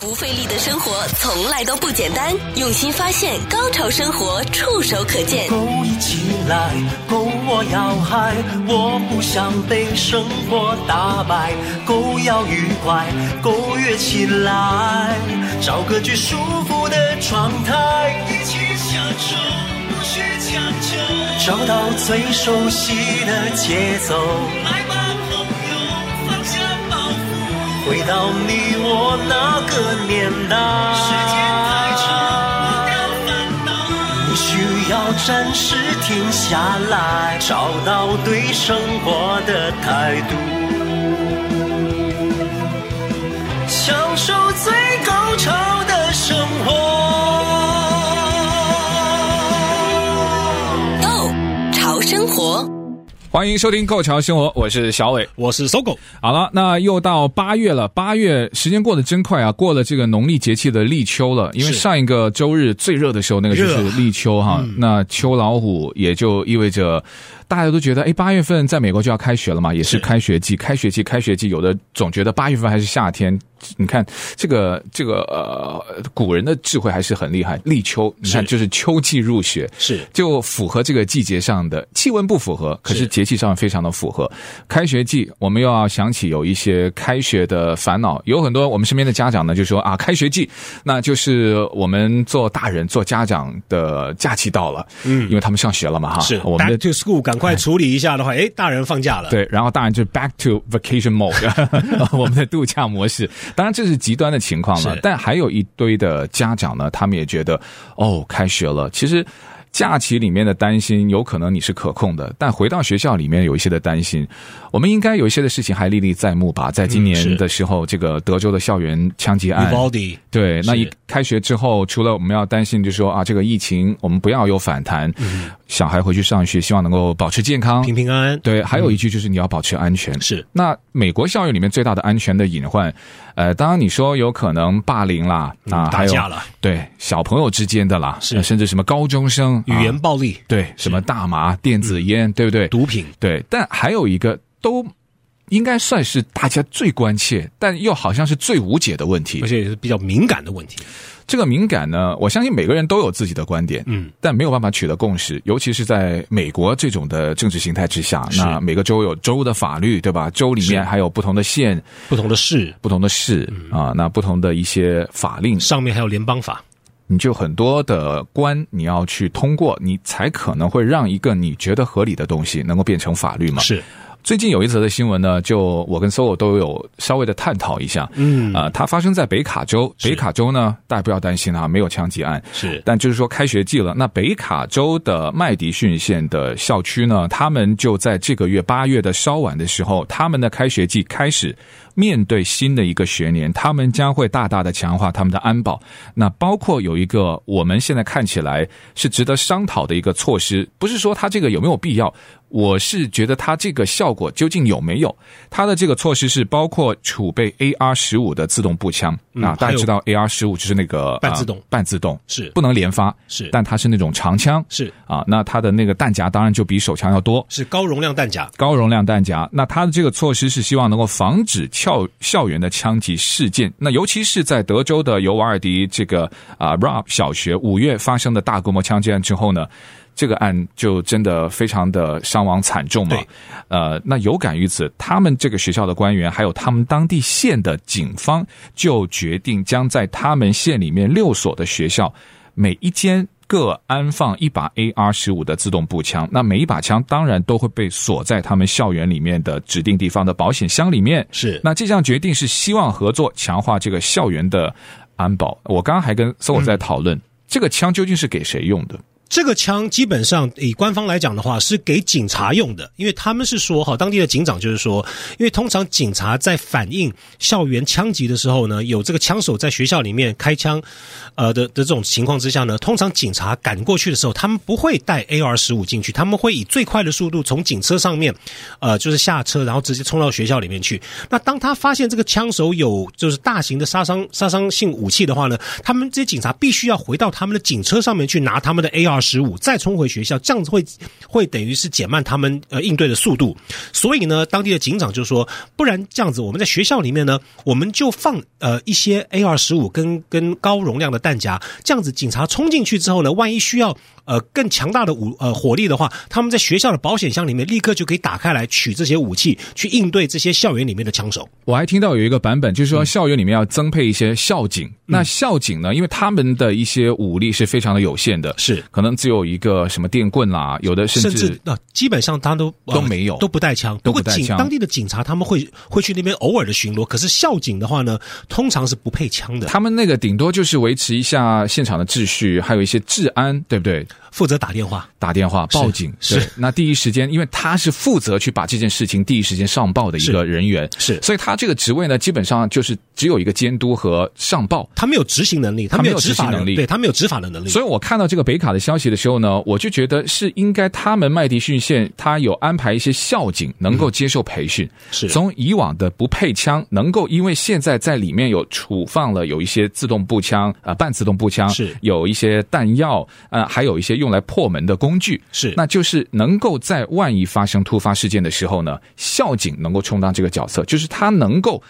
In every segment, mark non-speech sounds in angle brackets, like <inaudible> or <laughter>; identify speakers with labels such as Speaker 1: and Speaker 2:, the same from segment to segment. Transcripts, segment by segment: Speaker 1: 不费力的生活从来都不简单，用心发现，高潮生活触手可见
Speaker 2: 勾一起来，勾我要嗨，我不想被生活打败，勾要愉快，勾跃起来，找个最舒服的状态，一起享受，不需强求，找到最熟悉的节奏，来吧，朋友，放下包袱，回到你我那个年代，时间太长，你需要暂时停下来，找到对生活的态度，享受最高潮的生活。
Speaker 1: ，Go 潮生活，
Speaker 3: 欢迎收听《购潮生活》，我是小伟。
Speaker 4: 我是搜狗，
Speaker 3: 好了，那又到八月了，八月时间过得真快啊，过了这个农历节气的立秋了。因为
Speaker 4: 是
Speaker 3: 上一个周日最热的时候，那个就是
Speaker 4: 热啊嗯
Speaker 3: 立秋哈。那秋老虎也就意味着大家都觉得，哎，八月份在美国就要开学了嘛，也是
Speaker 4: 是
Speaker 3: 开学季，开学季，开学季，有的总觉得八月份还是夏天。你看这个这个呃，古人的智慧还是很厉害。立秋，你看
Speaker 4: 是
Speaker 3: 就是秋季入学，
Speaker 4: 是
Speaker 3: 就符合这个季节上的气温不符合，可是
Speaker 4: 是
Speaker 3: 节气上非常的符合。开学季，我们又要想起有一些开学的烦恼，有很多我们身边的家长呢就说啊，开学季那就是我们做大人做家长的假期到了，嗯，因为他们上学了嘛哈，
Speaker 4: 是
Speaker 3: 我们的
Speaker 4: back to school，赶快处理一下的话，哎，大人放假了，，
Speaker 3: 对，然后当然就是 back to vacation mode，我们的度假模式。当然这是极端的情况了
Speaker 4: 是，
Speaker 3: 但还有一堆的家长呢，他们也觉得哦，开学了，其实。假期里面的担心，有可能你是可控的，但回到学校里面有一些的担心，我们应该有一些的事情还历历在目吧。在今
Speaker 4: 嗯
Speaker 3: 年
Speaker 4: 是
Speaker 3: 的时候，这个德州的校园枪击案
Speaker 4: b o d y
Speaker 3: 对，那
Speaker 4: 是
Speaker 3: 一开学之后，除了我们要担心，就是说啊，这个疫情我们不要有反弹，小孩回去上学，希望能够保持健康，
Speaker 4: 平平安安，
Speaker 3: 对，还有一句就是你要保持安全。
Speaker 4: 是
Speaker 3: 那美国校园里面最大的安全的隐患，呃，当然你说有可能霸凌啦，啊，
Speaker 4: 嗯打
Speaker 3: 还有
Speaker 4: 架了
Speaker 3: 对小朋友之间的啦，
Speaker 4: 是
Speaker 3: 呃甚至什么高中生
Speaker 4: 语言
Speaker 3: 啊
Speaker 4: 暴力、
Speaker 3: 对什么大麻、电子烟，对不对？
Speaker 4: 毒品，
Speaker 3: 对，但还有一个都应该算是大家最关切，但又好像是最无解的问题
Speaker 4: 而。且也是比较敏感的问题，
Speaker 3: 这个敏感呢，我相信每个人都有自己的观点，
Speaker 4: 嗯，
Speaker 3: 但没有办法取得共识，尤其是在美国这种的政治形态之下，
Speaker 4: 是
Speaker 3: 那每个州有州的法律，对吧？州里面
Speaker 4: 是嗯
Speaker 3: 还有不同的县、
Speaker 4: 不同的事
Speaker 3: 不同的市啊，那不同的一些法令，
Speaker 4: 上面还有联邦法，
Speaker 3: 你就很多的关你要去通过，你才可能会让一个你觉得合理的东西能够变成法律嘛。
Speaker 4: 是
Speaker 3: 最近有一则的新闻呢，就我跟 Solo 都有稍微的探讨一下，
Speaker 4: 嗯
Speaker 3: 啊、它发生在北卡州，
Speaker 4: 是
Speaker 3: 北卡州呢，大家不要担心啊，没有枪击案，
Speaker 4: 是
Speaker 3: 但就是说开学季
Speaker 4: 嗯
Speaker 3: 了，那北卡州的麦迪逊县的校区呢，他们就在这个月八月的稍晚的时候，他们的开学季开始面对新的一个学年，他们将会大大的强化他们的安保。那包括有一个我们现在看起来是值得商讨的一个措施，不是说它这个有没有必要，我是觉得它这个效果究竟有没有？它的这个措施是包括储备 AR 十五的自动步枪啊，
Speaker 4: 还
Speaker 3: 大家
Speaker 4: 有
Speaker 3: 知道 AR 十五就是那个呃
Speaker 4: 半自动
Speaker 3: 半自动
Speaker 4: 是
Speaker 3: 不能连发，
Speaker 4: 是
Speaker 3: 但它是那种长枪
Speaker 4: 是
Speaker 3: 啊，那它的那个弹夹当然就比手枪要多，
Speaker 4: 是高容量弹夹，
Speaker 3: 高容量弹夹。那它的这个措施是希望能够防止校校园的枪击事件，那尤其是在德州的尤瓦尔迪这个啊 Rob 小学五月发生的大规模枪击案之后呢。这个案就真的非常的伤亡惨重嘛
Speaker 4: 对，
Speaker 3: 呃，那有感于此，他们这个学校的官员还有他们当地县的警方就决定将在他们县里面六所的学校每一间各安放一把 AR 十五的自动步枪，那每一把枪当然都会被锁在他们校园里面的指定地方的保险箱里面。
Speaker 4: 是
Speaker 3: 那这项决定是希望合作强化这个校园的安保。我刚刚还跟 s o 在讨论、这个枪究竟是给谁用的？
Speaker 4: 这个枪基本上以官方来讲的话，是给警察用的，因为他们是说哈，当地的警长就是说，因为通常警察在反映校园枪击的时候呢，有这个枪手在学校里面开枪，呃的的这种情况之下呢，通常警察赶过去的时候，他们不会带 AR 十五进去，他们会以最快的速度从警车上面，呃，就是下车，然后直接冲到学校里面去。那当他发现这个枪手有就是大型的杀伤杀伤性武器的话呢，他们这些警察必须要回到他们的警车上面去拿他们的 AR 二十五，再冲回学校，这样子会会等于是减慢他们呃应对的速度。所以呢，当地的警长就说，不然这样子，我们在学校里面呢，我们就放呃一些 A 二十五跟跟高容量的弹夹，这样子警察冲进去之后呢，万一需要呃更强大的武呃火力的话，他们在学校的保险箱里面立刻就可以打开来取这些武器，去应对这些校园里面的枪手。
Speaker 3: 我还听到有一个版本，就是
Speaker 4: 嗯
Speaker 3: 说校园里面要增配一些校警。那校警呢，因为他们的一些武力是非常的有限的，
Speaker 4: 是
Speaker 3: 可能只有一个什么电棍啦，有的甚
Speaker 4: 甚
Speaker 3: 至
Speaker 4: 至呃，基本上他都、呃
Speaker 3: 都没有
Speaker 4: 都不带枪。
Speaker 3: 都
Speaker 4: 不过
Speaker 3: 不带
Speaker 4: 警
Speaker 3: 枪
Speaker 4: 当地的警察他们会会去那边偶尔的巡逻，可是校警的话呢，通常是不配枪的，
Speaker 3: 他们那个顶多就是维持一下现场的秩序，还有一些治安，对不对？
Speaker 4: 负责打电话。
Speaker 3: 打电话报警
Speaker 4: 是
Speaker 3: 对那第一时间，因为他是负责去把这件事情第一时间上报的一个人员，
Speaker 4: 是
Speaker 3: 所以他这个职位呢，基本上就是只有一个监督和上报。
Speaker 4: 他没有执行能力，他
Speaker 3: 没
Speaker 4: 没
Speaker 3: 有
Speaker 4: 有执
Speaker 3: 执行
Speaker 4: 法的
Speaker 3: 能力
Speaker 4: 对他没有执法的能力。
Speaker 3: 所以我看到这个北卡的消息的时候呢，我就觉得是应该他们麦迪逊县他有安排一些校警能够接受培训，
Speaker 4: 嗯是
Speaker 3: 从以往的不配枪，能够因为现在在里面有储放了有一些自动步枪啊、呃半自动步枪，
Speaker 4: 是
Speaker 3: 有一些弹药啊、呃还有一些用来破门的工具，
Speaker 4: 是
Speaker 3: 那就是能够在万一发生突发事件的时候呢，校警能够充当这个角色，就是他能够。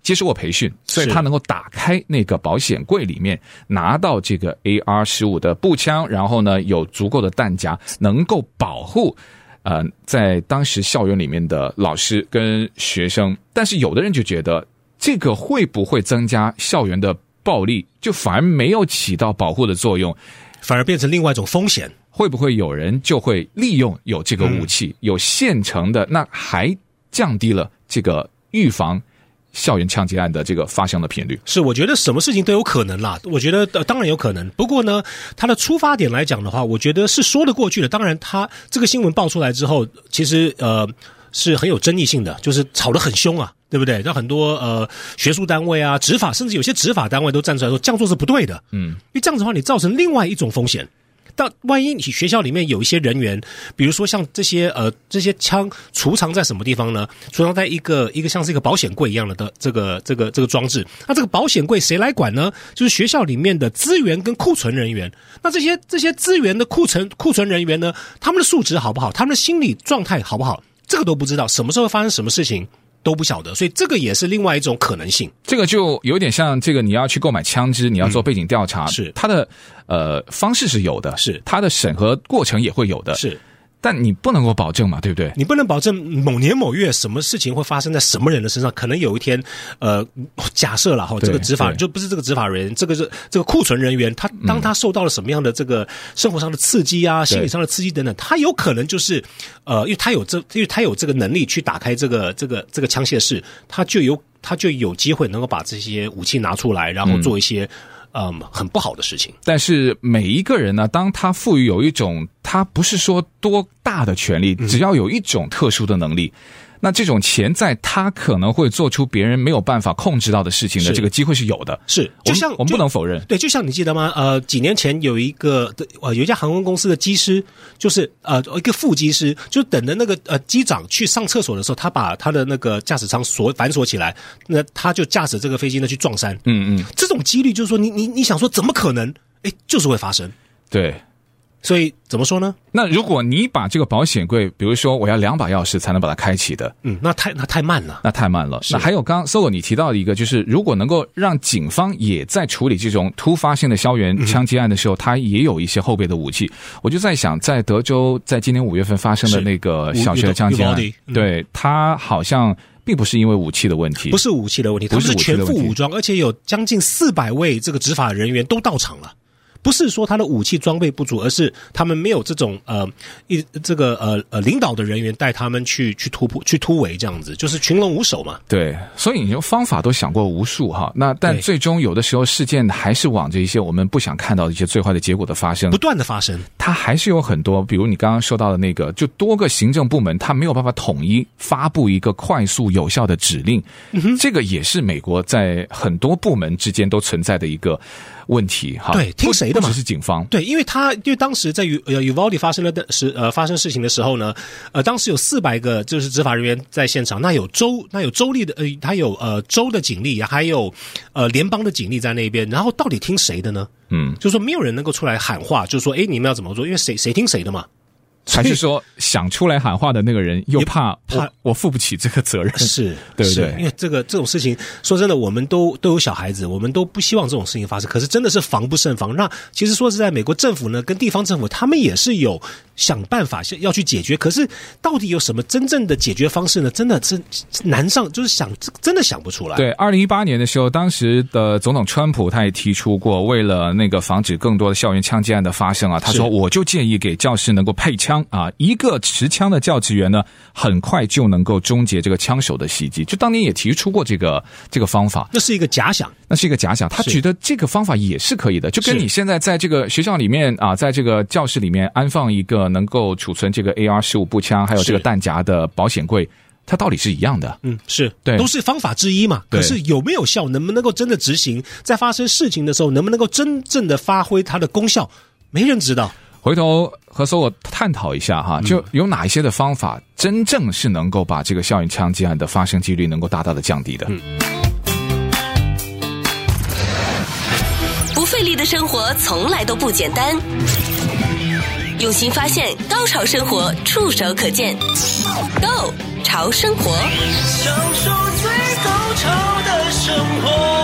Speaker 3: 接受过培训，所以
Speaker 4: 是
Speaker 3: 他能够打开那个保险柜里面，拿到这个 AR 十五的步枪，然后呢有足够的弹夹，能够保护呃在当时校园里面的老师跟学生。但是有的人就觉得，这个会不会增加校园的暴力，就反而没有起到保护的作用？
Speaker 4: 反而变成另外一种风险。
Speaker 3: 会不会有人就会利用有这个武器，有现
Speaker 4: 嗯
Speaker 3: 成的，那还降低了这个预防校园枪击案的这个发生的频率？
Speaker 4: 是，我觉得什么事情都有可能啦。我觉得、呃、当然有可能，不过呢，它的出发点来讲的话，我觉得是说得过去的。当然它，这个新闻爆出来之后，其实呃是很有争议性的，就是吵得很凶啊，对不对？让很多呃学术单位啊、执法，甚至有些执法单位都站出来说，这样做是不对的。嗯，因为这样子的话，你造成另外一种风险。但万一你学校里面有一些人员，比如说像这些呃这些枪储藏在什么地方呢？储藏在一个一个像是一个保险柜一样的的这个这个这个装置。那这个保险柜谁来管呢？就是学校里面的资源跟库存人员。那这些这些资源的库存库存人员呢，他们的素质好不好？他们的心理状态好不好？这个都不知道，什么时候发生什么事情都不晓得。所以这个也是另外一种可能性。
Speaker 3: 这个就有点像这个，你要去购买枪支，你要做背景调查，
Speaker 4: 嗯是
Speaker 3: 它的呃方式是有的，
Speaker 4: 是
Speaker 3: 它的审核过程也会有的，，
Speaker 4: 是
Speaker 3: 但你不能够保证嘛，对不对？
Speaker 4: 你不能保证某年某月什么事情会发生在什么人的身上，可能有一天，呃，假设了哈，
Speaker 3: 对
Speaker 4: 这个执法
Speaker 3: 对
Speaker 4: 就不是这个执法人，这个是这个库存人员，他当他受到了什么样的这个生活上的刺激啊，心理上的刺激等等，他有可能就是，呃，因为他有这，因为他有这个能力去打开这个这个这个枪械室，他就有他就有机会能够把这些武器拿出来，然后做一些嗯很不好的事情。
Speaker 3: 但是每一个人呢，当他赋予有一种，他不是说多大的权利，只要有一种特殊的能力，那这种潜在他可能会做出别人没有办法控制到的事情的
Speaker 4: 是
Speaker 3: 这个机会是有的。
Speaker 4: 是，
Speaker 3: 我
Speaker 4: 就
Speaker 3: 们
Speaker 4: 像
Speaker 3: 我们
Speaker 4: 就
Speaker 3: 不能否认，
Speaker 4: 对，就像你记得吗？呃，几年前有一个呃，有一家航空公司的机师，就是呃一个副机师，就等着那个呃机长去上厕所的时候，他把他的那个驾驶舱锁反锁起来，那他就驾驶这个飞机呢去撞山。
Speaker 3: 嗯嗯，
Speaker 4: 这种几率就是说，你你你想说怎么可能？哎，就是会发生。
Speaker 3: 对。
Speaker 4: 所以怎么说呢？
Speaker 3: 那如果你把这个保险柜，比如说我要两把钥匙才能把它开启的，
Speaker 4: 嗯，那太那太慢了。
Speaker 3: 那太慢了。那还有刚刚 Solo 你提到的一个，就是如果能够让警方也在处理这种突发性的校园枪击案的时候，他也有一些后备的武器。我就在想，在德州在今年五月份发生的
Speaker 4: 是
Speaker 3: 那个
Speaker 4: 乌
Speaker 3: 小学
Speaker 4: 乌
Speaker 3: 的枪击案
Speaker 4: Uvalde，，嗯
Speaker 3: 对他好像并不是因为武器的问题，
Speaker 4: 不是武器的问题，他
Speaker 3: 不
Speaker 4: 们
Speaker 3: 是
Speaker 4: 是
Speaker 3: 武器的
Speaker 4: 全副
Speaker 3: 问题
Speaker 4: 武装，而且有将近四百位这个执法人员都到场了。不是说他的武器装备不足，而是他们没有这种呃一这个呃呃领导的人员带他们去去突破去突围这样子，就是群龙无首嘛。
Speaker 3: 对，所以你说方法都想过无数哈，那但
Speaker 4: 对
Speaker 3: 最终有的时候事件还是往着一些我们不想看到的一些最坏的结果的发生
Speaker 4: 不，断的发生，
Speaker 3: 它还是有很多，比如你刚刚说到的那个，就多个行政部门它没有办法统一发布一个快速有效的指令，
Speaker 4: 嗯
Speaker 3: 这个也是美国在很多部门之间都存在的一个问题哈。
Speaker 4: 对，听谁谁的
Speaker 3: 不
Speaker 4: 嘛
Speaker 3: 只。是警
Speaker 4: <laughs>
Speaker 3: 方，
Speaker 4: 对，因为他因为当时在 U 呃 Uvalde 发生了的时呃发生事情的时候呢，呃，当时有四百个就是执法人员在现场，那有州那有州立的呃，他有呃州的警力，还有呃联邦的警力在那边，然后到底听谁的呢？
Speaker 3: 嗯，
Speaker 4: 就说没有人能够出来喊话，就说哎你们要怎么做？因为谁谁听谁的嘛。
Speaker 3: 还是说想出来喊话的那个人又怕
Speaker 4: 怕
Speaker 3: 我我负不起这个责 <laughs> 任？
Speaker 4: <laughs> 是，
Speaker 3: 对不
Speaker 4: 是
Speaker 3: 对
Speaker 4: 因为这个这种事情，说真的，我们都都有小孩子，我们都不希望这种事情发生。可是真的是防不胜防。那其实说是在美国政府呢，跟地方政府，他们也是有想办法是要去解决。可是到底有什么真正的解决方式呢？真的是难上，就是想真的想不出来。，
Speaker 3: 对，二零一八年的时候，当时的总统川普他也提出过，为了那个防止更多的校园枪击案的发生啊，他说
Speaker 4: 是
Speaker 3: 我就建议给教师能够配枪啊，一个持枪的教职员呢，很快就能够终结这个枪手的袭击。就当年也提出过这个这个方法，
Speaker 4: 那是一个假想。
Speaker 3: 那是一个假想，他
Speaker 4: 是
Speaker 3: 觉得这个方法也是可以的，就跟
Speaker 4: 是
Speaker 3: 你现在在这个学校里面啊，在这个教室里面安放一个能够储存这个 AR 十五步枪还有这个
Speaker 4: 是
Speaker 3: 弹夹的保险柜，它道理是一样的。
Speaker 4: 嗯，是
Speaker 3: 对
Speaker 4: 都是方法之一嘛。
Speaker 3: 对
Speaker 4: 可是有没有效，能不能够真的执行，在发生事情的时候，能不能够真正的发挥它的功效，没人知道。
Speaker 3: 回头和搜我探讨一下哈，就有哪一些的方法真正是能够把这个校园枪击案的发生几率能够大大的降低的？
Speaker 1: 不费力的生活从来都不简单。用心发现，高潮生活触手可见 Go 潮生活，
Speaker 2: 享受最高潮的生活。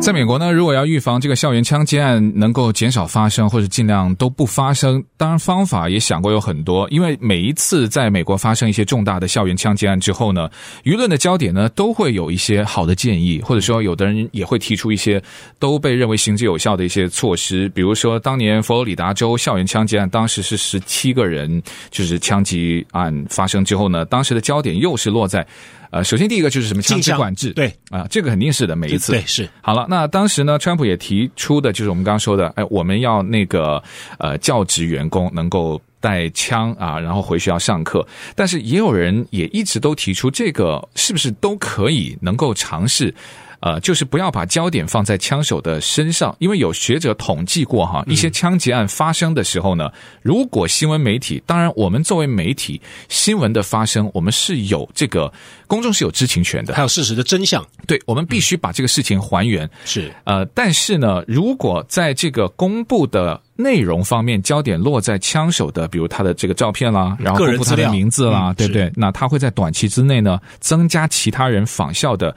Speaker 3: 在美国呢，如果要预防这个校园枪击案能够减少发生，或者尽量都不发生，当然方法也想过有很多。因为每一次在美国发生一些重大的校园枪击案之后呢，舆论的焦点呢都会有一些好的建议，或者说有的人也会提出一些都被认为行之有效的一些措施。比如说，当年佛罗里达州校园枪击案，当时是十七个人，就是枪击案发生之后呢，当时的焦点又是落在，呃，首先第一个就是什么枪
Speaker 4: 禁
Speaker 3: 支
Speaker 4: 枪
Speaker 3: 管制，
Speaker 4: 对
Speaker 3: 啊、这个肯定是的，每一次
Speaker 4: 对是。
Speaker 3: 好了，那当时呢，川普也提出的就是我们刚刚说的，哎，我们要那个呃教职员工能够带枪啊，然后回学校上课。但是也有人也一直都提出，这个是不是都可以能够尝试？呃，就是不要把焦点放在枪手的身上，因为有学者统计过哈，一些枪击案发生的时候呢，如果新闻媒体，当然我们作为媒体，新闻的发生，我们是有这个公众是有知情权的
Speaker 4: 还，有事实的真相
Speaker 3: 对我们必须把这个事情还原。
Speaker 4: 是
Speaker 3: 呃，但是呢，如果在这个公布的内容方面，焦点落在枪手的，比如他的这个照片啦，然
Speaker 4: 嗯
Speaker 3: 后
Speaker 4: 个
Speaker 3: 公
Speaker 4: 人
Speaker 3: 布
Speaker 4: 资
Speaker 3: 他的
Speaker 4: 料
Speaker 3: 名字啦，
Speaker 4: 嗯
Speaker 3: 对不对？那他会在短期之内呢，增加其他人仿效的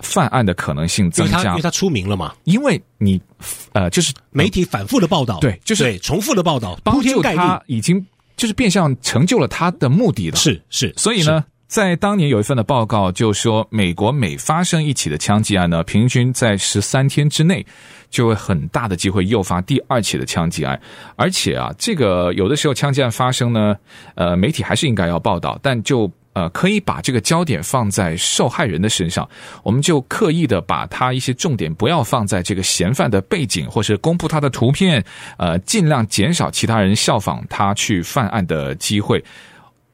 Speaker 3: 犯案的可能性
Speaker 4: 因
Speaker 3: 增
Speaker 4: 为他因
Speaker 3: 加
Speaker 4: 为，他出名了嘛，
Speaker 3: 因为你呃，就是
Speaker 4: 媒体反复的报道，
Speaker 3: 对就是
Speaker 4: 对重复的报道，
Speaker 3: 帮
Speaker 4: 铺天
Speaker 3: 助
Speaker 4: 盖
Speaker 3: 他
Speaker 4: 地，
Speaker 3: 已经就是变相成就了他的目的了，
Speaker 4: 是是，
Speaker 3: 所以呢，在当年有一份的报告就说，美国每发生一起的枪击案呢，平均在十三天之内就会很大的机会诱发第二起的枪击案。而且啊，这个有的时候枪击案发生呢，呃，媒体还是应该要报道，但就。呃，可以把这个焦点放在受害人的身上，我们就刻意的把他一些重点不要放在这个嫌犯的背景，或是公布他的图片，呃，尽量减少其他人效仿他去犯案的机会。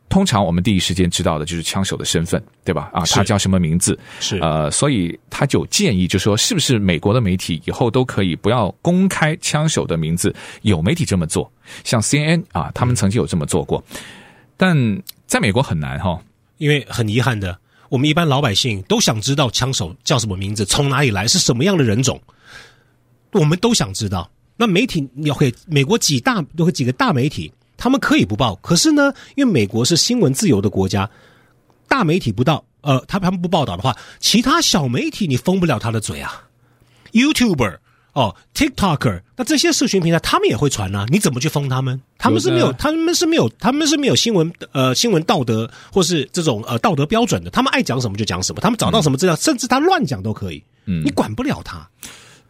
Speaker 3: 通常我们第一时间知道的就是枪手的身份，对吧？啊，
Speaker 4: 是
Speaker 3: 他叫什么名字？
Speaker 4: 是
Speaker 3: 呃，所以他就建议，就说是不是美国的媒体以后都可以不要公开枪手的名字？有媒体这么做，像 CNN 啊，他们曾经有这么做过，但在美国很难哈、
Speaker 4: 因为很遗憾的，我们一般老百姓都想知道枪手叫什么名字，从哪里来，是什么样的人种，我们都想知道。那媒体要给美国几大有几个大媒体，他们可以不报，可是呢，因为美国是新闻自由的国家，大媒体不到，呃，他他们不报道的话，其他小媒体你封不了他的嘴啊，YouTuber。哦，TikToker，那这些社群平台他们也会传呐、你怎么去封他们？他们是没
Speaker 3: 有
Speaker 4: 有
Speaker 3: 的
Speaker 4: 他们是没有，他们是没有新闻呃新闻道德或是这种呃道德标准的，他们爱讲什么就讲什么，他们找到什么资料，甚至他乱讲都可以，嗯嗯，你管不了他。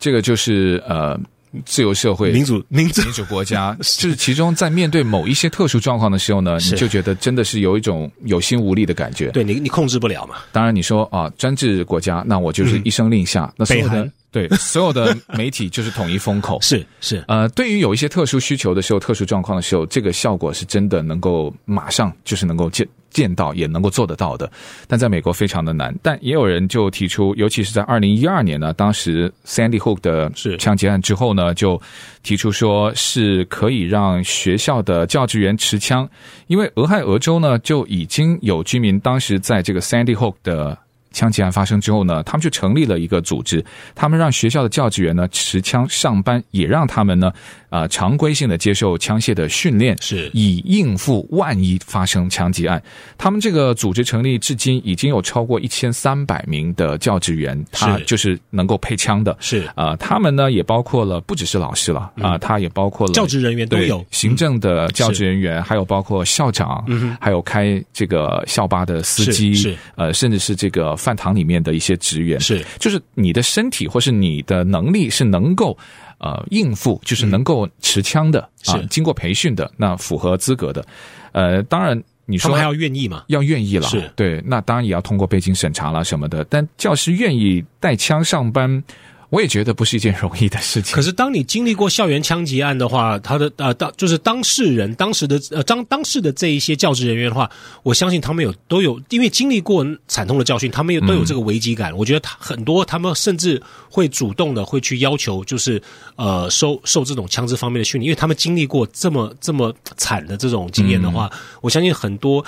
Speaker 3: 这个就是呃，自由社会
Speaker 4: 民主民主
Speaker 3: 民主国
Speaker 4: <laughs>
Speaker 3: 家，就是其中在面对某一些特殊状况的时候呢，你
Speaker 4: 是
Speaker 3: 就觉得真的是有一种有心无力的感觉。
Speaker 4: 对你你控制不了嘛，
Speaker 3: 当然，你说啊，专制国家，那我就是一声令下，那所有
Speaker 4: 嗯北
Speaker 3: 的
Speaker 4: 韩
Speaker 3: <laughs> 对所有的媒体就是统一封口。
Speaker 4: 是是， <laughs>
Speaker 3: 呃，对于有一些特殊需求的时候、特殊状况的时候，这个效果是真的能够马上就是能够见见到，也能够做得到的。但在美国非常的难。但也有人就提出，尤其是在二零一二年呢，当时 Sandy Hook 的
Speaker 4: 是
Speaker 3: 枪击案之后呢，就提出说是可以让学校的教职员持枪，因为俄亥俄州呢就已经有居民当时在这个 Sandy Hook 的。枪击案发生之后呢，他们就成立了一个组织，他们让学校的教职员呢持枪上班，也让他们呢啊、呃常规性的接受枪械的训练，
Speaker 4: 是
Speaker 3: 以应付万一发生枪击案。他们这个组织成立至今已经有超过一千三百名的教职员，他
Speaker 4: 是
Speaker 3: 就是能够配枪的，
Speaker 4: 是
Speaker 3: 啊、他们呢也包括了不只是老师了啊、他也包括
Speaker 4: 嗯
Speaker 3: 了
Speaker 4: 教职人员都
Speaker 3: 对
Speaker 4: 有嗯
Speaker 3: 行政的教职人员，还有包括校长，还有开这个校巴的司机，
Speaker 4: 是是
Speaker 3: 呃，甚至是这个饭堂里面的一些职员，
Speaker 4: 是
Speaker 3: 就是你的身体或是你的能力是能够。呃，应付就是能够持枪的、啊
Speaker 4: 嗯是，
Speaker 3: 经过培训的，那符合资格的，呃，当然你
Speaker 4: 他
Speaker 3: 说
Speaker 4: 们还要愿意嘛？
Speaker 3: 要愿意了，
Speaker 4: 是
Speaker 3: 对，那当然也要通过背景审查啦什么的。但教师愿意带枪上班，我也觉得不是一件 <laughs> 容易的事情。
Speaker 4: 可是当你经历过校园枪击案的话，他的呃当就是当事人当时的呃当当事的这一些教职人员的话，我相信他们有都有，因为经历过惨痛的教训，他们也都有这个危机
Speaker 3: 嗯
Speaker 4: 感。我觉得他很多他们甚至会主动的会去要求，就是呃受受这种枪支方面的训练，因为他们经历过这么这么惨的这种经验的话，
Speaker 3: 嗯
Speaker 4: 我相信很多，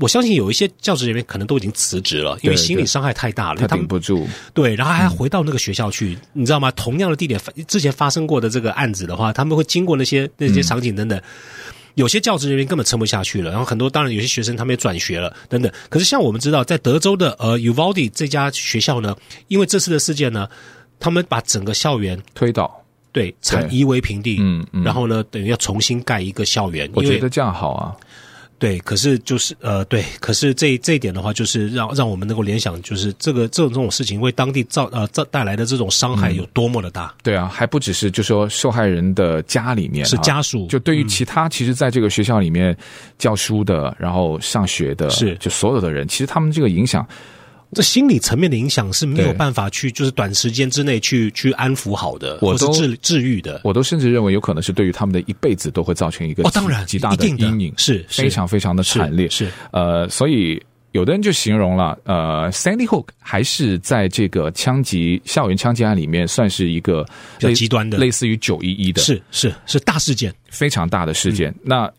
Speaker 4: 我相信有一些教职人员可能都已经辞职了，因为
Speaker 3: 对
Speaker 4: 心理
Speaker 3: 对
Speaker 4: 伤害太大了，因
Speaker 3: 他
Speaker 4: 为他们
Speaker 3: 顶不住，
Speaker 4: 对，然后
Speaker 3: 嗯
Speaker 4: 还回到那个学校去，你知道吗？同样的地点，之前发生过的这个案子的话，他们会经过那些那些场景等等。有些教职人员根本撑不下去了，然后很多当然有些学生他们也转学了等等。可是像我们知道，在德州的呃 Uvalde 这家学校呢，因为这次的事件呢，他们把整个校园
Speaker 3: 推倒。
Speaker 4: 对铲夷为平地，
Speaker 3: 嗯嗯
Speaker 4: 然后呢等于要重新盖一个校园，
Speaker 3: 我
Speaker 4: 因为
Speaker 3: 觉得这样好啊，
Speaker 4: 对，可是就是呃，对，可是这这一点的话，就是让让我们能够联想，就是这个这种这种事情为当地造呃造带来的这种伤害有多么的大，
Speaker 3: 对啊，还不只是就说受害人的家里面、啊、
Speaker 4: 是家嗯属
Speaker 3: 就对于其他其实在这个学校里面教书的，然后上学的，
Speaker 4: 是
Speaker 3: 就所有的人，其实他们这个影响，
Speaker 4: 这心理层面的影响是没有
Speaker 3: 对
Speaker 4: 办法去就是短时间之内去去安抚好的，
Speaker 3: 我
Speaker 4: 或是
Speaker 3: 都
Speaker 4: 治治愈的。
Speaker 3: 我都甚至认为有可能是对于他们的一辈子都会造成一个
Speaker 4: 哦当然
Speaker 3: 极极大
Speaker 4: 一定的
Speaker 3: 阴影，
Speaker 4: 是是
Speaker 3: 非常非常的
Speaker 4: 是
Speaker 3: 惨烈，
Speaker 4: 是
Speaker 3: 呃，所以有的人就形容了，呃，Sandy Hook 还是在这个枪击校园枪击案里面算是一个
Speaker 4: 比较
Speaker 3: 类
Speaker 4: 极端的
Speaker 3: 类似于九一一的，
Speaker 4: 是是是大事件，
Speaker 3: 非常大的事件。那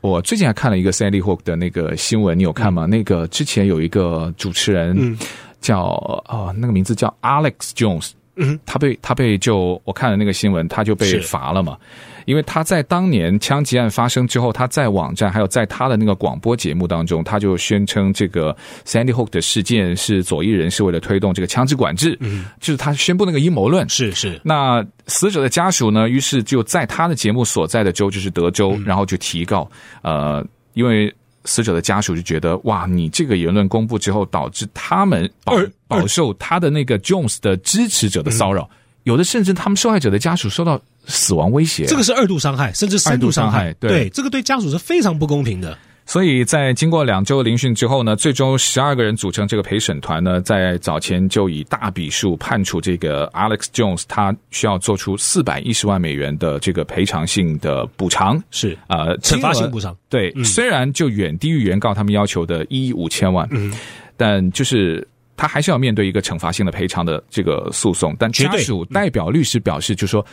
Speaker 3: 我最近还看了一个 Sandy Hook 的那个新闻，你有看吗？那个之前有一个主持人叫哦，那个名字叫 Alex Jones。嗯，他被他被就我看了那个新闻，他就被
Speaker 4: 是
Speaker 3: 罚了嘛，因为他在当年枪击案发生之后，他在网站还有在他的那个广播节目当中，他就宣称这个 Sandy Hook 的事件是左翼人士为了推动这个枪支管制，嗯，就是他宣布那个阴谋论，
Speaker 4: 是是
Speaker 3: 那死者的家属呢，于是就在他的节目所在的州，就是德州，然后就提告，呃，因为。死者的家属就觉得，哇，你这个言论公布之后，导致他们饱
Speaker 4: 二二
Speaker 3: 饱受他的那个 Jones 的支持者的骚扰，有的甚至他们受害者的家属受到死亡威胁。
Speaker 4: 这个是二度伤害，甚至三
Speaker 3: 啊度
Speaker 4: 伤
Speaker 3: 伤害对
Speaker 4: 这个对家属是非常不公平的。
Speaker 3: 所以在经过两周聆讯之后呢，最终十二个人组成这个陪审团呢，在早前就以大笔数判处这个 Alex Jones，他需要做出四百一十万美元的这个赔偿性的补偿，
Speaker 4: 是
Speaker 3: 呃，
Speaker 4: 惩罚
Speaker 3: 金额
Speaker 4: 性补偿嗯
Speaker 3: 对，虽然就远低于原告他们要求的一亿五千万，
Speaker 4: 嗯
Speaker 3: 但就是。他还是要面对一个惩罚性的赔偿的这个诉讼，但
Speaker 4: 绝
Speaker 3: 家
Speaker 4: 对嗯
Speaker 3: 属代表律师表示，就说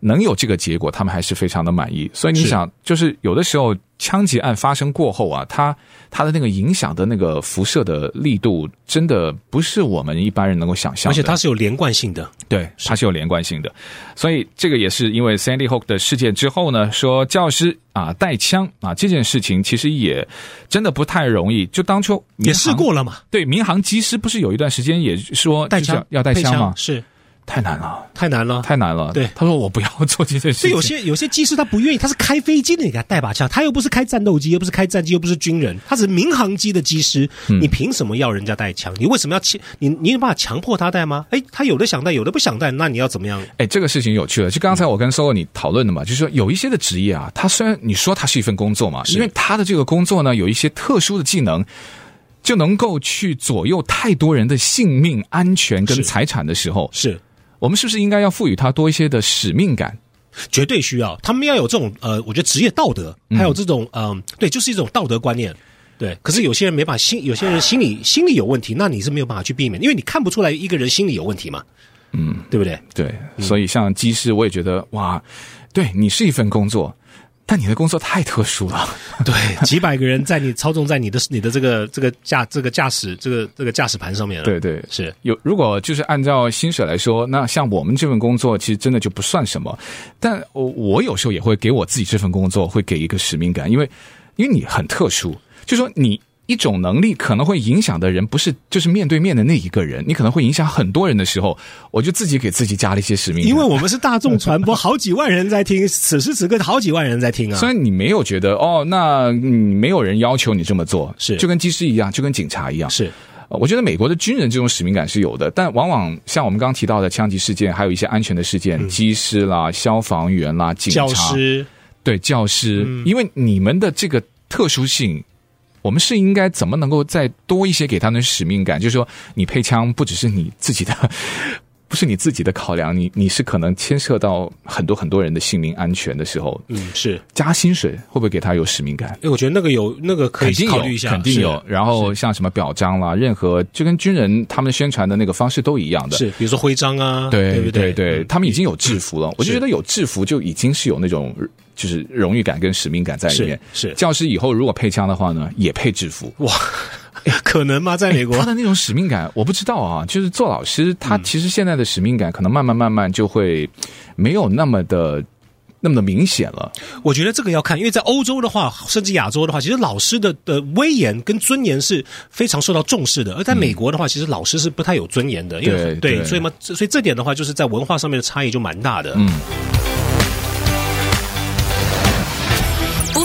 Speaker 3: 能有这个结果，他们还是非常的满意。所以你
Speaker 4: 是
Speaker 3: 想，就是有的时候枪击案发生过后啊，它它的那个影响的那个辐射的力度，真的不是我们一般人能够想象
Speaker 4: 而
Speaker 3: 的。
Speaker 4: 且它是有连贯性的，
Speaker 3: 对，它是有连贯性的，所以这个也是因为 Sandy Hook 的事件之后呢，说教师啊带枪啊这件事情其实也真的不太容易。就当初民
Speaker 4: 也
Speaker 3: 航
Speaker 4: 试过了嘛，
Speaker 3: 对民航机师不是有一段时间也说
Speaker 4: 带
Speaker 3: 啊就是
Speaker 4: 枪
Speaker 3: 要带
Speaker 4: 配
Speaker 3: 枪吗？
Speaker 4: 是
Speaker 3: 太难了，
Speaker 4: 太难了，
Speaker 3: 太难了。
Speaker 4: 对
Speaker 3: 他说我不要做这件事
Speaker 4: 所
Speaker 3: 情。
Speaker 4: 以有些有些技师他不愿意，他是开飞机的，你给他带把枪，他又不是开战斗机，又不是开战机，又不是军人，他只是民航机的机师，你凭什么要人家带枪？你为什么要强？你你有办法强迫他带吗？哎，他有的想带，有的不想带，那你要怎么样？
Speaker 3: 哎，这个事情有趣了，就刚才我跟 Solo 你讨论的嘛，就是说有一些的职业啊，它虽然你说它是一份工作嘛，因为它的这个工作呢有一些特殊的技能，就能够去左右太多人的性命安全跟
Speaker 4: 是
Speaker 3: 财产的时候，
Speaker 4: 是
Speaker 3: 我们是不是应该要赋予它多一些的使命感？
Speaker 4: 绝呃对需要，他们要有这种呃，我觉得职业道德，还有这种嗯、对，就是一种道德观念。对，可是有些人没把心，有些人心理心理有问题，那你是没有办法去避免，因为你看不出来一个人心理有问题嘛，嗯，对不对？
Speaker 3: 对，所以像机师，我也觉得哇，对你是一份工作，但你的工作太特殊了。
Speaker 4: <laughs> 对，几百个人在你操纵在你的你的这个这个驾这个驾驶这个这个驾驶盘上面了，
Speaker 3: 对对，
Speaker 4: 是
Speaker 3: 有。如果就是按照薪水来说，那像我们这份工作，其实真的就不算什么。但我我有时候也会给我自己这份工作会给一个使命感，因为因为你很特殊，就说你。一种能力可能会影响的人，不是就是面对面的那一个人，你可能会影响很多人的时候，我就自己给自己加了一些使命感。
Speaker 4: 因为我们是大众 <laughs> 传播，好几万人在听，此时此刻好几万人在听啊
Speaker 3: 虽。然你没有觉得哦，那嗯没有人要求你这么做，
Speaker 4: 是
Speaker 3: 就跟技师一样，就跟警察一样。
Speaker 4: 是
Speaker 3: 呃，我觉得美国的军人这种使命感是有的，但往往像我们刚刚提到的枪击事件，还有一些安全的事件，技师啦、消防员啦、警察、
Speaker 4: 嗯教师，嗯
Speaker 3: 对教师、因为你们的这个特殊性。我们是应该怎么能够再多一些给他们使命感？就是说，你配枪不只是你自己的， <laughs> 不是你自己的考量，你你是可能牵涉到很多很多人的性命安全的时候，
Speaker 4: 嗯，是。
Speaker 3: 加薪水会不会给他有使命感？
Speaker 4: 哎，我觉得那个有那个可
Speaker 3: 肯
Speaker 4: 以
Speaker 3: 定有
Speaker 4: 考虑一，下，
Speaker 3: 肯定有。
Speaker 4: 是
Speaker 3: 然后像什么表彰啦，任何就跟军人他们宣传的那个方式都一样的。
Speaker 4: 是，比如说徽章啊，
Speaker 3: 对
Speaker 4: 不对？嗯
Speaker 3: 对对，他们已经有制服了，我就觉得有制服就已经是有那种就是荣誉感跟使命感在里面。
Speaker 4: 是是
Speaker 3: 教师以后如果配枪的话呢，也配制服。
Speaker 4: 哇， <laughs> 可能吗？在美国
Speaker 3: 哎他，的那种使命感，我不知道啊。就是做老师，他其实现在的使命感可能慢慢慢慢就会没有那么的那么的明显了。
Speaker 4: 我觉得这个要看，因为在欧洲的话，甚至亚洲的话，其实老师的的威严跟尊严是非常受到重视的。而在美国的话，其实老师是不太有尊严的，因为
Speaker 3: 对
Speaker 4: 对，
Speaker 3: 对
Speaker 4: 所以嘛，所以这点的话，就是在文化上面的差异就蛮大的。嗯，
Speaker 1: 不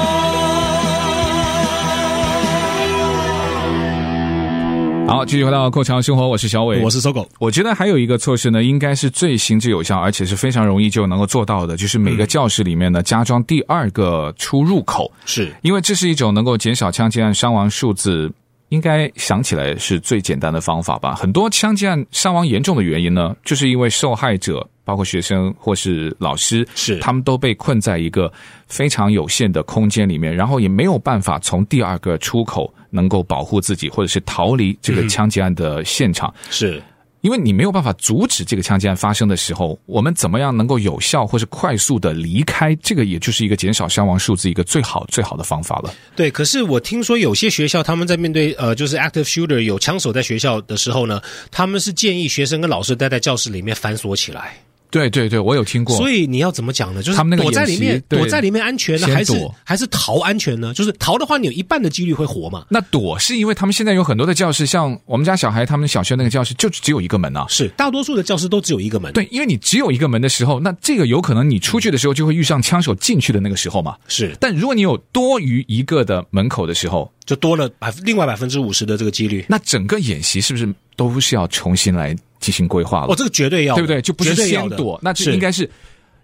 Speaker 3: 好，继续回到《够强生活》，我是小伟，
Speaker 4: 我是搜狗，
Speaker 3: 我觉得还有一个措施呢，应该是最行之有效，而且是非常容易就能够做到的，就是每个教室里面呢加装第二个出入口，
Speaker 4: 是
Speaker 3: 因为这是一种能够减少枪击案伤亡数字。应该想起来是最简单的方法吧。很多枪击案伤亡严重的原因呢，就是因为受害者包括学生或是老师，
Speaker 4: 是
Speaker 3: 他们都被困在一个非常有限的空间里面，然后也没有办法从第二个出口能够保护自己，或者是逃离这个枪击案的现场。
Speaker 4: 是
Speaker 3: 因为你没有办法阻止这个枪击案发生的时候，我们怎么样能够有效或是快速的离开？这个也就是一个减少伤亡数字一个最好最好的方法了。
Speaker 4: 对。可是我听说有些学校他们在面对呃，就是 active shooter 有枪手在学校的时候呢，他们是建议学生跟老师待在教室里面反锁起来。
Speaker 3: 对对对，我有听过。
Speaker 4: 所
Speaker 3: 以
Speaker 4: 以你要怎么讲呢？就是
Speaker 3: 他们那个
Speaker 4: 躲在里
Speaker 3: 演
Speaker 4: 面
Speaker 3: 习，对
Speaker 4: 躲在里面安全呢，
Speaker 3: 先
Speaker 4: 还是
Speaker 3: 躲
Speaker 4: 还是逃安全呢？就是逃的话，你有一半的几率会活嘛。
Speaker 3: 那躲是因为他们现在有很多的教室，像我们家小孩他们小学那个教室就只有一个门啊。
Speaker 4: 是，大多数的教室都只有一个门。，
Speaker 3: 对，因为你只有一个门的时候，那这个有可能你出去的时候就会遇上枪手进去的那个时候嘛。
Speaker 4: 是，
Speaker 3: 但如果你有多余一个的门口的时候，
Speaker 4: 就多了百另外百分之五十的这个几率。
Speaker 3: 那整个演习是不是都是要重新来进行规划了
Speaker 4: 哦，？这个绝对要的，
Speaker 3: 对不对？就不是
Speaker 4: 绝对要
Speaker 3: 先
Speaker 4: 的嗯
Speaker 3: 躲，那这应该是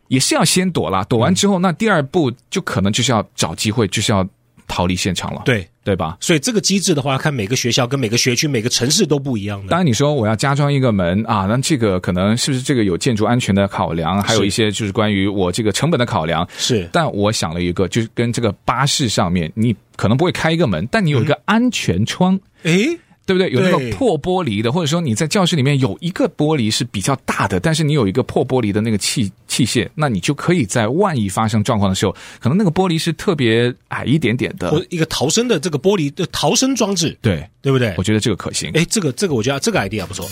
Speaker 3: 也是要先躲啦。躲完之后，那第二步就可能就是要找机会，就是要逃离现场了，
Speaker 4: 对。
Speaker 3: 对吧？
Speaker 4: 所以这个机制的话，看每个学校、跟每个学区、每个城市都不一样的。
Speaker 3: 当然，你说我要加装一个门啊，那这个可能是不是这个有建筑安全的考量，还有一些就是关于我这个成本的考量。
Speaker 4: 是
Speaker 3: 但我想了一个，就是跟这个巴士上面，你可能不会开一个门，但你有
Speaker 4: 嗯
Speaker 3: 一个安全窗。
Speaker 4: 诶，
Speaker 3: 对不对？有那
Speaker 4: 对
Speaker 3: 个破玻璃的，或者说你在教室里面有一个玻璃是比较大的，但是你有一个破玻璃的那个器器械，那你就可以在万一发生状况的时候，可能那个玻璃是特别矮一点点的
Speaker 4: 或。一个逃生的这个玻璃的逃生装置，
Speaker 3: 对，
Speaker 4: 对不对
Speaker 3: 我？觉得这个可行。
Speaker 4: 诶，这个这个，我觉得这个 idea 不错。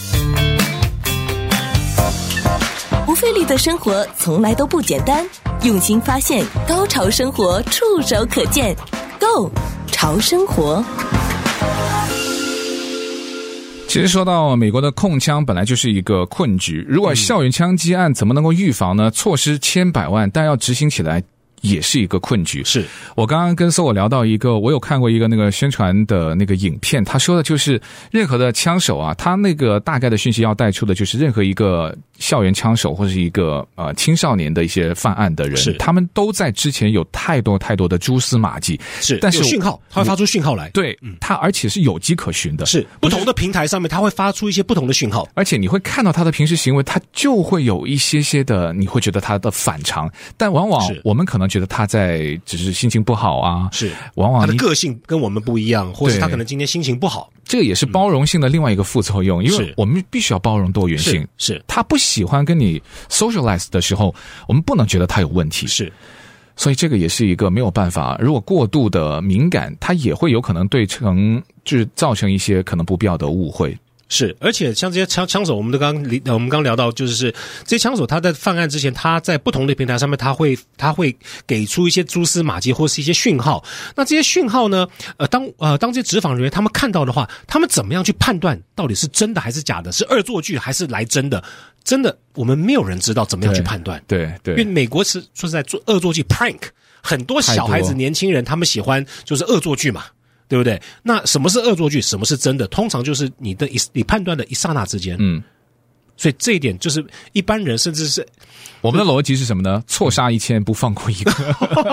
Speaker 1: 不费力的生活从来都不简单。用心发现，高潮生活触手可见 Go 潮生活。
Speaker 3: 其实说到美国的控枪，本来就是一个困局。如果校园枪击案怎么能够预防呢？措施千百万，但要执行起来。也是一个困局。
Speaker 4: 是
Speaker 3: 我刚刚跟搜我聊到一个，我有看过一个那个宣传的那个影片，他说的就是任何的枪手啊，他那个大概的讯息要带出的就是任何一个校园枪手或是一个呃青少年的一些犯案的人，
Speaker 4: 是
Speaker 3: 他们都在之前有太多太多的蛛丝马迹，
Speaker 4: 是，
Speaker 3: 但是
Speaker 4: 有讯号，它会发出讯号来，，
Speaker 3: 对他，而且是有迹可循的，
Speaker 4: 是不同的平台上面，它会发出一些不同的讯号。
Speaker 3: 而且你会看到他的平时行为，他就会有一些些的，你会觉得他的反常，但往往
Speaker 4: 是
Speaker 3: 我们可能觉得他在只是心情不好啊，
Speaker 4: 是
Speaker 3: 往
Speaker 4: 他
Speaker 3: 往
Speaker 4: 的
Speaker 3: 你
Speaker 4: 个性跟我们不一样，或是
Speaker 3: 对
Speaker 4: 他可能今天心情不好，
Speaker 3: 这个也是包容性的另外一个副作用，因为
Speaker 4: 嗯是
Speaker 3: 我们必须要包容多元性
Speaker 4: 是。是
Speaker 3: 他不喜欢跟你 socialize 的时候，我们不能觉得他有问题，
Speaker 4: 是
Speaker 3: 所以这个也是一个没有办法。如果过度的敏感，他也会有可能对成就是造成一些可能不必要的误会。
Speaker 4: 是，而且像这些枪枪手，我们都刚刚理呃我们刚聊到，就是是这些枪手他在犯案之前，他在不同的平台上面，他会他会给出一些蛛丝马迹或是一些讯号。那这些讯号呢，呃，当呃当这些执法人员他们看到的话，他们怎么样去判断到底是真的还是假的，是恶作剧还是来真的？真的，我们没有人知道怎么样去判断。
Speaker 3: 对对
Speaker 4: 因为，美国是说实在做恶作剧 prank，很多小孩
Speaker 3: 太
Speaker 4: 子、
Speaker 3: 多
Speaker 4: 年轻人他们喜欢就是恶作剧嘛，对不对？那什么是恶作剧，什么是真的？通常就是你的一你判断的一刹那之间，
Speaker 3: 嗯，
Speaker 4: 所以这一点就是一般人甚至是 <laughs>
Speaker 3: 我们的逻辑是什么
Speaker 4: 嗯
Speaker 3: 呢？错杀一千不放过一个，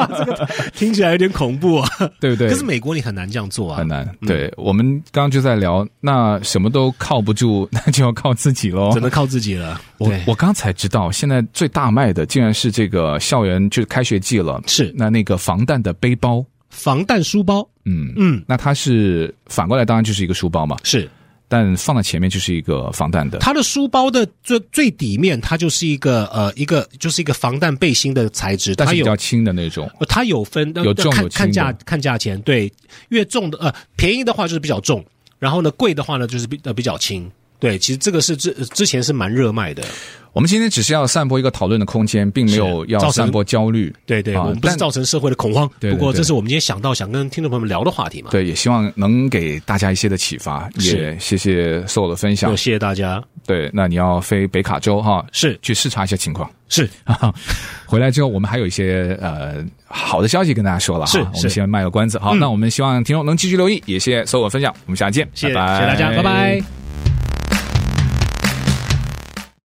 Speaker 4: <laughs> 听起来有点恐怖啊，
Speaker 3: 对 <laughs> 不对？
Speaker 4: 可是美国你很难这样做啊，
Speaker 3: 很难。对、我们刚刚就在聊，那什么都靠不住，那就要靠自己喽。
Speaker 4: 只能靠自己了。
Speaker 3: 我
Speaker 4: 对
Speaker 3: 我刚才知道，现在最大卖的竟然是这个校园，就是开学季了，
Speaker 4: 是
Speaker 3: 那那个防弹的背包，
Speaker 4: 防弹书包，
Speaker 3: 嗯，
Speaker 4: 嗯，
Speaker 3: 那它是反过来当然就是一个书包嘛，
Speaker 4: 是
Speaker 3: 但放在前面就是一个防弹的，
Speaker 4: 它的书包的最最底面，它就是一个呃一个就是一个防弹背心的材质，
Speaker 3: 但
Speaker 4: 它
Speaker 3: 是比
Speaker 4: 有
Speaker 3: 较轻的那种，
Speaker 4: 呃，它有分，呃
Speaker 3: 有
Speaker 4: 那
Speaker 3: 重
Speaker 4: 看
Speaker 3: 有轻
Speaker 4: 看
Speaker 3: 的
Speaker 4: 价看价钱，对，越重的呃便宜的话就是比较重，然后呢贵的话呢就是比呃比较轻。对，其实这个是之呃之前是蛮热卖的，
Speaker 3: 我们今天只是要散播一个讨论的空间，并没有
Speaker 4: 是
Speaker 3: 要
Speaker 4: 造成
Speaker 3: 散播焦虑。
Speaker 4: 对对，
Speaker 3: 啊
Speaker 4: 我们不是
Speaker 3: 但
Speaker 4: 造成社会的恐慌，
Speaker 3: 对对
Speaker 4: 不过
Speaker 3: 对
Speaker 4: 这是我们今天想到想跟听众朋友们聊的话题嘛。
Speaker 3: 对，也希望能给大家一些的启发，
Speaker 4: 是
Speaker 3: 也谢谢所有的分享
Speaker 4: 那。谢谢大家，
Speaker 3: 对，那你要飞北卡州哈，
Speaker 4: 是
Speaker 3: 去视察一下情况。
Speaker 4: 是，
Speaker 3: 回来之后，我们还有一些呃好的消息跟大家说了哈，
Speaker 4: 是
Speaker 3: 我
Speaker 4: 是嗯
Speaker 3: 们先卖个关子。好，那我们希望听众能继续留意，也谢谢搜我分享，我们下期见，
Speaker 4: 谢谢谢谢
Speaker 3: 拜拜
Speaker 4: 大家，拜拜。